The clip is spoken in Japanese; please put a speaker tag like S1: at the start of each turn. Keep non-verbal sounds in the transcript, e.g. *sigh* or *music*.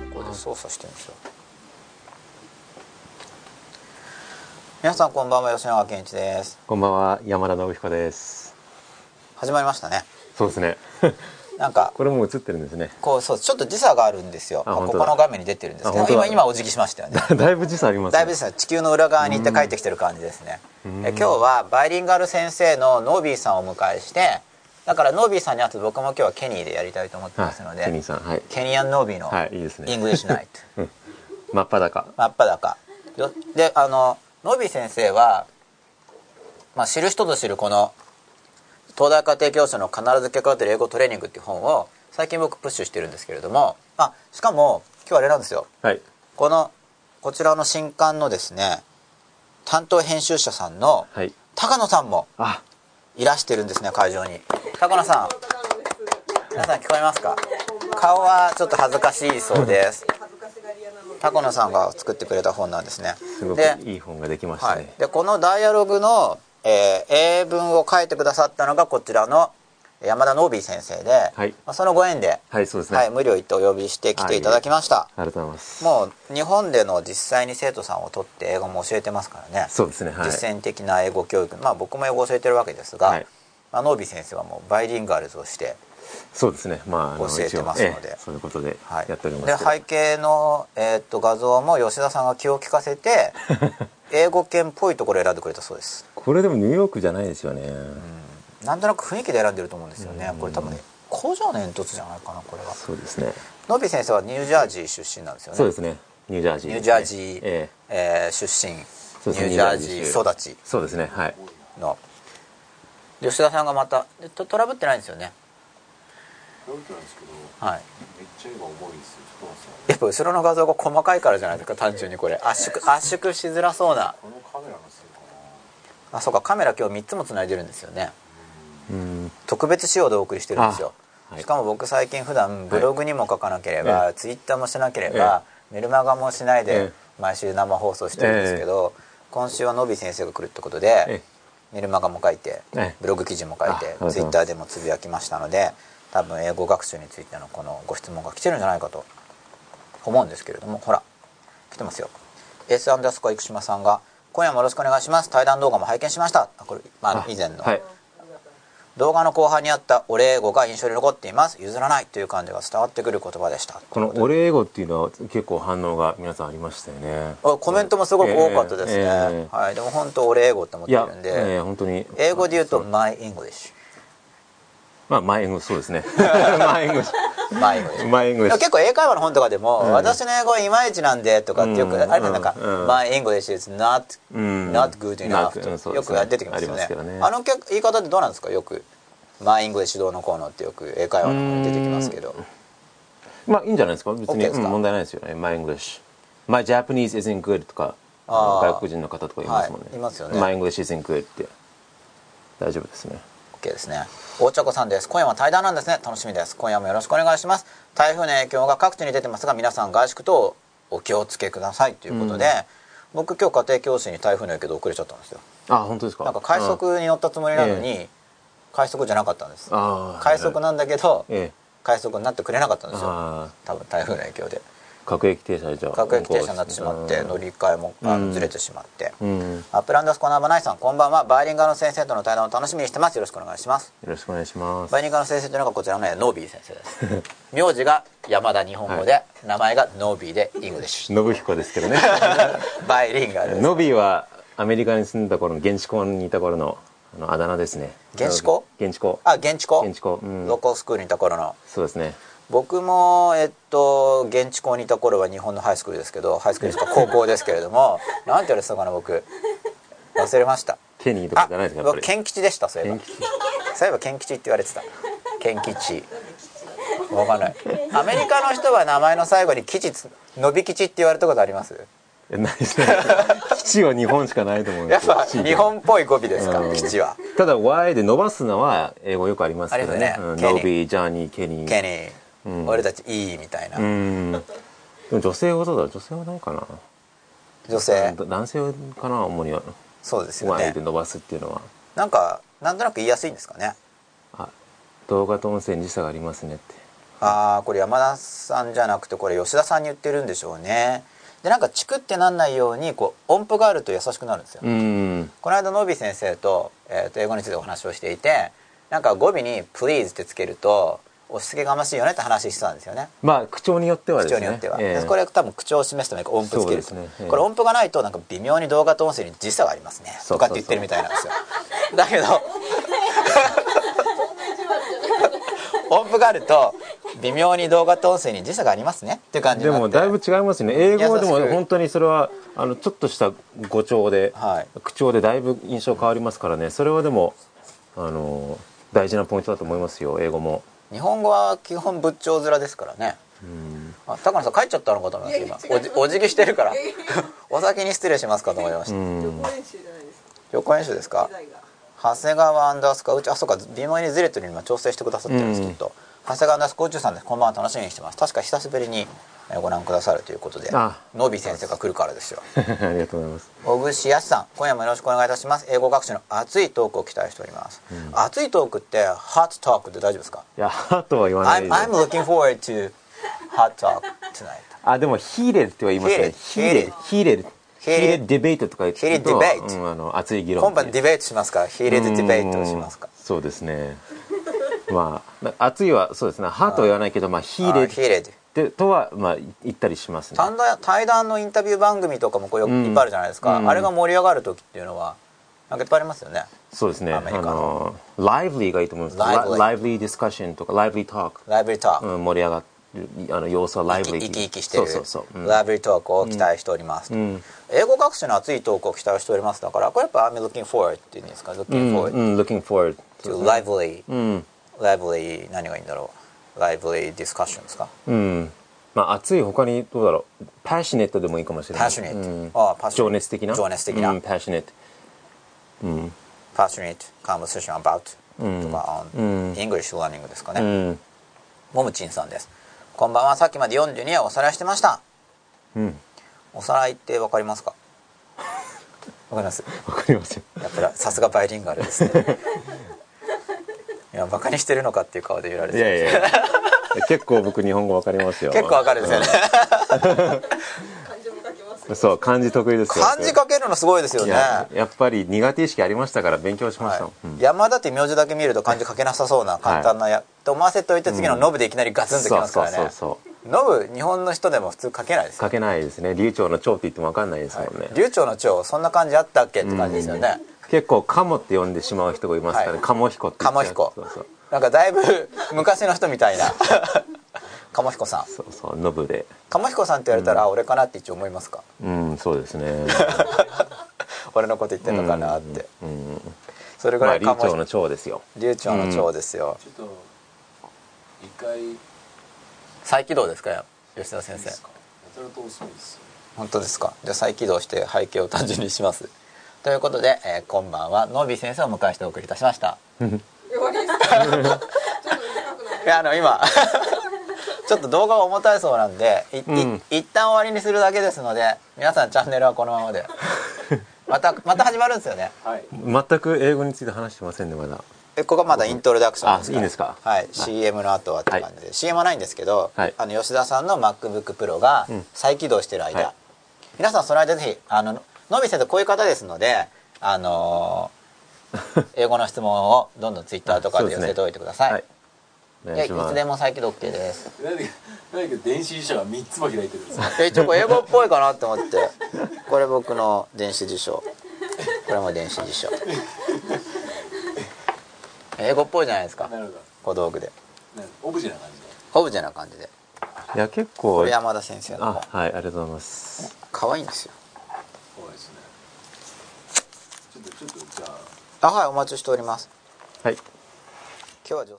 S1: をしてるんですよ皆さんこんばんは吉永健一です
S2: こんばんは、山田信彦です。
S1: 始まりましたね
S2: そうです *laughs* ね。
S1: なんか
S2: これもう映ってるんですね。
S1: こうそうちょっと時差があるんですよ、
S2: あ
S1: まあ
S2: 本
S1: こ
S2: 当
S1: こ
S2: だ
S1: の画面に出てるんですけ
S2: あ
S1: ど
S2: 本当だ
S1: 今今お辞儀しましたよね
S2: *laughs* だだいぶ時差あります、ね。
S1: だいぶですね地球の裏側に行って帰ってきてる感じですねえ今日はバイリンガル先生のノービーさんをお迎えしてだからノービーさんにあと僕も今日はケニーでやりたいと思ってますので、
S2: はい、ケニーさん、はい。
S1: ケニアンノービーの
S2: はい、いいですね。
S1: イングリッシュナイト、
S2: うん。真っ裸。
S1: 真っ裸よであののび先生は、まあ、知る人ぞ知るこの東大家庭教師の必ず結果が出る英語トレーニングっていう本を最近僕プッシュしてるんですけれどもあしかも今日あれなんですよ
S2: はい。
S1: このこちらの新刊のですね担当編集者さんの
S2: はい。
S1: 高野さんも
S2: あ、
S1: いらしてるんですね会場に高野さん皆さん聞こえますか顔はちょっと恥ずかしいそうです高野さんが作ってくれた本なんですね
S2: すごく
S1: で,、
S2: いい本ができました
S1: は
S2: ね。
S1: い、でこのダイアログの、えー英文を書いてくださったのがこちらの山田ノービー先生で、
S2: はい
S1: まあ、そのご縁で、
S2: はい、そうですね。
S1: はい、無理を言ってお呼びして来ていただきました、
S2: ありがとうございます。
S1: もう日本での実際に生徒さんを取って英語も教えてますからね
S2: そうですね、はい。
S1: 実践的な英語教育まあ僕も英語を教えてるわけですが、
S2: はい
S1: まあ、ノービー先生はもうバイリンガルズをして、
S2: そうですね。まあ、あの
S1: 教えてますので
S2: 一応ええそういうことで
S1: はい、
S2: やっておりますけ
S1: で
S2: ど。
S1: 背景の、えーっと画像も吉田さんが気を利かせ
S2: *laughs*
S1: て英語圏っぽいところを選んでくれたそうです
S2: これでもニューヨークじゃないですよね。
S1: なんとなく雰囲気で選んでると思うんですよねこれ多分ね工場の煙突じゃないかなこれは
S2: そうですね。
S1: ノービー先生はニュージャージー出身なんですよね
S2: そうですね。ニュージャージー、
S1: ニュージャージー、
S2: ええ
S1: えー出身ニ
S2: そうです
S1: ュ
S2: ね
S1: ージャージー育ち
S2: そうですね、はい。
S1: ので吉田さんがまたでトトラブってないんですよね
S3: ラウトなんですけど、め
S1: はい
S3: っちゃ今重いですよ。ちょっと待ってください
S1: やっぱ後ろの画像が細かいからじゃないですか単純にこれ圧縮圧縮しづらそうな
S3: このカメラのせいかな。
S1: あそうかカメラ今日3つもつないでるんですよね
S2: うん。
S1: 特別仕様でお送りしてるんですよ、
S2: あはい
S1: しかも僕最近普段ブログにも書かなければ、
S2: はいえ
S1: ツイッターもしなければ、メルマガもしないで
S2: え
S1: 毎週生放送してるんですけど、今週はのび先生が来るってことで、
S2: え
S1: メルマガも書いて、
S2: ええ
S1: ブログ記事も書いて
S2: あありがとうご
S1: ツイ
S2: ざい
S1: ッ
S2: ます
S1: ターでもつぶやきましたので多分英語学習についてのこのご質問が来てるんじゃないかと思うんですけれどもほら来てますよ S アンダースコア生島さんが「今夜もよろしくお願いします対談動画も拝見しました」あこれ、まあ、以前の、
S2: はい。
S1: 動画の後半にあった「お礼語」が印象に残っています譲らないという感じが伝わってくる言葉でした
S2: このお礼語っていうのは結構反応が皆さんありましたよね。
S1: おコメントもすごく多かったですね、
S2: ええ
S1: はい、でも本当お礼語って思っ
S2: い
S1: て
S2: や
S1: るん、で、
S2: ええ本当に。
S1: 英語で言うと「
S2: そ
S1: My English」
S2: まあ、マイ英語、そうですね。 *laughs* マイ英語。
S1: 「My English」
S2: マイ英語
S1: でも。結構英会話の本とかでも、
S2: うん
S1: 私の英語はいまいちなんでとかってよく、
S2: うん
S1: あれなんか、
S2: うん
S1: My English is not
S2: うん
S1: not good enough
S2: なうんそう
S1: よ
S2: です
S1: く
S2: ね
S1: 出てきますよ
S2: あり
S1: ね
S2: ますけどね
S1: あの結言い方ってどうなんですかよく「My English どうのこうの」ってよく英会話の本に出てきますけど
S2: まあ、いいんじゃないですか。別
S1: OK
S2: に、
S1: ですか
S2: うん問題ないですよね。マイ英語。My Japanese isn't good とか、
S1: あ
S2: あ
S1: ー
S2: の外国人の方とかいますもんね。
S1: はいいますよね
S2: My English isn't good って。大丈夫ですね。
S1: OK ですね大茶子さんです今夜は対談なんですね楽しみです今夜もよろしくお願いします台風の影響が各地に出てますが皆さん外食とお気をつけくださいということで、僕今日家庭教師に台風の影響で遅れちゃったんですよ
S2: あ、本当ですか。
S1: なんか快
S2: うん。
S1: 速に乗ったつもりなのに、快速じゃなかったんです
S2: ああ。
S1: 快速
S2: はいはい。
S1: なんだけど、
S2: ええ。
S1: 快速になってくれなかったんですよ
S2: ああ。
S1: 多分台風の影響で
S2: 各駅停車でじゃあ。
S1: 各駅停車になってしまって乗り換えもあのずれてしまって、
S2: うん。うんよ
S1: アップランダースコナーバナイさんこんばんはバイリンガーの先生との対談を楽しみにしてますよろしくお願いします
S2: ろしくお願いします。
S1: バイリンガーの先生というのがこちらのねノービー先生です名字が山田日本語で、名前がノービーでイングリッシュ
S2: 信彦ですけ
S1: *laughs*
S2: どね。
S1: バイリンガーです
S2: ノビーはアメリカに住んでた頃の現地校にいた頃のあのあだ名ですね
S1: 現地校
S2: 現地校
S1: あ現地校
S2: 現地校うん
S1: ロコスクールにいた頃の
S2: そうですね
S1: 僕もえっと現地校にいた頃は日本のハイスクールですけどハイスクールですか高校ですけれども *laughs* なんて言われてたかな僕忘れました
S2: ケニーと
S1: あ
S2: かじゃないですかやっぱ
S1: 僕
S2: り
S1: ケン吉でしたそういえば
S2: ケン
S1: そういえばケン吉って言われてたケン吉わかんないアメリカの人は名前の最後に吉つ伸び吉って言われたことあります
S2: えないですね基地は日本しかないと思うん
S1: や
S2: で
S1: っ
S2: すよ
S1: ぱ
S2: 基地
S1: 日本っぽい語尾ですか
S2: うん
S1: 吉は
S2: ただ Y で伸ばすのは英語よくありますけどね
S1: ありますね
S2: う
S1: ケニ
S2: ん
S1: ー
S2: ノビージャーニーケニー
S1: ケニー、
S2: うん
S1: 俺たちいいみたいな、
S2: うんでも女性はどうだろう女性はないかな
S1: 女性
S2: うん男性かな主には
S1: そうですよ
S2: Y
S1: ね
S2: で伸ばすっていうのは
S1: なんかなんとなく言いやすいんですかね
S2: あ動画と音声に時差がありますねって
S1: ああこれ山田さんじゃなくてこれ吉田さんに言ってるんでしょうねでなんかチクってなんないようにこう音符があると優しくなるんですよ、
S2: うん
S1: この間ノビ先生と,、えーと英語についてお話をしていてなんか語尾に「please」ってつけると押しつけがましいよねって話してたんですよね
S2: まあ口調によっては
S1: 口
S2: で
S1: 調
S2: すね
S1: によっては、
S2: ええ
S1: でこれ多分口調を示すために音符つけると、
S2: そうですねええ
S1: これ音符がないとなんか微妙に動画と音声に時差がありますね
S2: そうそうそう
S1: とかって言ってるみたいなん
S2: *laughs*
S1: ですよだけど音符があると微妙に動画と音声に時差がありますねっていう感じ
S2: で
S1: になって
S2: もだいぶ違いますね英語はでも
S1: 優しく
S2: 本当にそれはあのちょっとした語調で、
S1: はい
S2: 口調でだいぶ印象変わりますからねそれはでもあの大事なポイントだと思いますよ英語も *laughs*
S1: 日本語は基本仏頂面ですからねあ高野さん帰っちゃったのかと思いました今おじお辞儀してるから *laughs* お先に失礼しますかと思いまし
S2: う
S1: た、
S4: 予
S2: ん
S4: 行演習じゃないですか
S1: 予行演習ですか
S4: 機材が
S1: 長谷川アンダースコア宇宙あそうか微妙にずれてるの今調整してくださってるんです
S2: うん
S1: きっと長谷川アンダースコア宇宙さんですこんばんは楽しみにしてます確か久しぶりにえーご覧くださるということで
S2: あ
S1: ノビ先生が来るからですよ
S2: ありがとうございます
S1: 小串康さん今夜もよろしくお願いいたします英語学習の熱いトークを期待しております、熱いトークってハートトークって大丈夫ですか
S2: いやハートは言わないで
S1: I'm, I'm looking forward to hot talk tonight.
S2: あでもヒーレルっては言いますね
S1: ヒ
S2: ヒ
S1: ー
S2: ー
S1: レ
S2: レ
S1: ル
S2: ルヒーレル
S1: ヒ
S2: ヒ
S1: ーレル
S2: ーレルディベートとか言ってると
S1: ヒーレルディベート
S2: うんあの熱い議論
S1: 今晩ディベートしますかヒーレズディベートしますか
S2: うんそうですねまあな熱いはそうですねハートは言わないけどまあヒー
S1: あ
S2: レ
S1: ヒーレズ
S2: ルでとはまあ言ったりしますね
S1: 対談対談のインタビュー番組とかもこうよく
S2: うん
S1: いっぱいあるじゃないですか、
S2: うん
S1: あれが盛り上がる時っていうのはなんかいっぱいありますよね
S2: そうですね。
S1: ア
S2: あ
S1: メリカ
S2: のライブリーがいいと思います。
S1: lively
S2: ライブリーディスカッションとかライブリートーク、
S1: ライブリートーク、
S2: うん、盛り上がるあの様子はライブ
S1: 生
S2: リー。
S1: き生き生きしてる
S2: そうそうそう。うん
S1: ライブリートークを期待しております、
S2: ん
S1: 英語学習の熱いトークを期待しておりますだからこれやっぱ「I'm looking forward」って言うんですか「looking
S2: うん
S1: forward、
S2: うん、looking forward。
S1: to lively、
S2: うん、
S1: lively 何がいいんだろう lively discussion ですか
S2: うん。まあ熱い他にどうだろう。パッシネットでもいいかもしれない。
S1: passionate、
S2: うん
S1: ああ passionate
S2: 情熱的な。
S1: 情熱的な、
S2: うん、パッシネット。
S1: passionate conversation about、とか、
S2: うん
S1: English learning ですかね、
S2: うん、
S1: もむちんさんですこんばんはさっきまで42話おさらいしてました
S2: うん、
S1: おさらいってわかりますかわかります
S2: *laughs* わかりますよ。
S1: やっぱりさすがバイリンガルです
S2: *laughs*
S1: ねいやバカにしてるのかっていう顔で見られ
S2: い
S1: て
S2: や
S1: *laughs*
S2: いやいや。結構僕日本語わかりますよ。
S1: 結構わかるんですよね、
S4: 漢字も書けます
S2: うん。そう、漢字得意ですよ。
S1: 漢字書けるのすごいですよ
S2: い
S1: ね
S2: ややっぱり苦手意識ありましたから勉強しましたもん
S1: は。
S2: うん
S1: い、山田って名字だけ見ると漢字書けなさそうな簡単なや、と思わせといて次のノブでいきなりガツンときますからね、
S2: そうそうそうそ
S1: ノブ日本の人でも普通書けないですよ
S2: 書けないですね流暢の長って言っても分かんないですもんね、
S1: 流暢の長そんな感じあったっけって感じですよね、
S2: 結構「カモ」って呼んでしまう人がいますから、
S1: はい
S2: カモヒコって言っちゃ
S1: カモヒ
S2: う
S1: コ
S2: そうそう
S1: なんかだいぶ昔の人みたいな *laughs* 鴨彦さん
S2: そうそうノブで
S1: 鴨彦さんって言われたら、あ俺かなって一応思いますか
S2: うんそうで
S1: *laughs*
S2: すね
S1: 俺のこと言ってんのかなって、
S2: うん
S1: それぐ
S2: ま
S1: ら
S2: あ
S1: い
S2: 流
S1: 鴨
S2: 暢
S1: 彦
S2: の長ですよ
S1: 流暢の長ですよ、
S3: ちょっと一回いい
S1: 再起動ですか吉田先
S3: で
S1: 生
S3: すかやたらと遅いですよね
S1: 本当ですかじゃあ再起動して背景を単純にしますということで、えー今晩はのび先生をお迎えしてお送りいたしました
S4: 終わりですかちょっと短くなる
S1: いやあの今 *laughs* ちょっと動画が重たいそうなんでい、い
S2: うん
S1: 一旦終わりにするだけですので皆さんチャンネルはこのままで *laughs* またまた始まるんですよね
S3: はい
S2: 全く英語について話してませんねまだ
S1: えここがまだイントロダクションですから
S2: あいいですか
S1: はい、
S2: はい
S1: CM の後はって感じで、CM はないんですけど、
S2: はい
S1: あの吉田さんの MacBookPro が
S2: うん
S1: 再起動してる間、
S2: はい
S1: 皆さんその間ぜひあののび先生こういう方ですのであのー *laughs* 英語の質問をどんどん Twitter とかで寄せておいてください、
S2: お
S1: で
S2: 願い
S1: い
S2: しま
S1: つ
S2: す
S1: でも再起動 OK です
S3: なんでなんで電子辞書が三つも開いてるんですか
S1: えちょこれ英語っぽいかなって思ってこれ僕の電子辞書これも電子辞書英語っぽいじゃないですか
S3: なる
S1: 小
S3: ほど
S1: 道具で
S3: なんかオブジェな感じで
S1: オブジェな感じで
S2: いや結
S1: こ
S2: 構
S1: れ山田先生の
S2: あ
S1: 本
S2: はいありがとうございます
S1: 可愛いんですよ
S3: 怖いですねちょっとちょっとじゃあ
S1: あはいお待ちしております
S2: はい
S1: 今日は女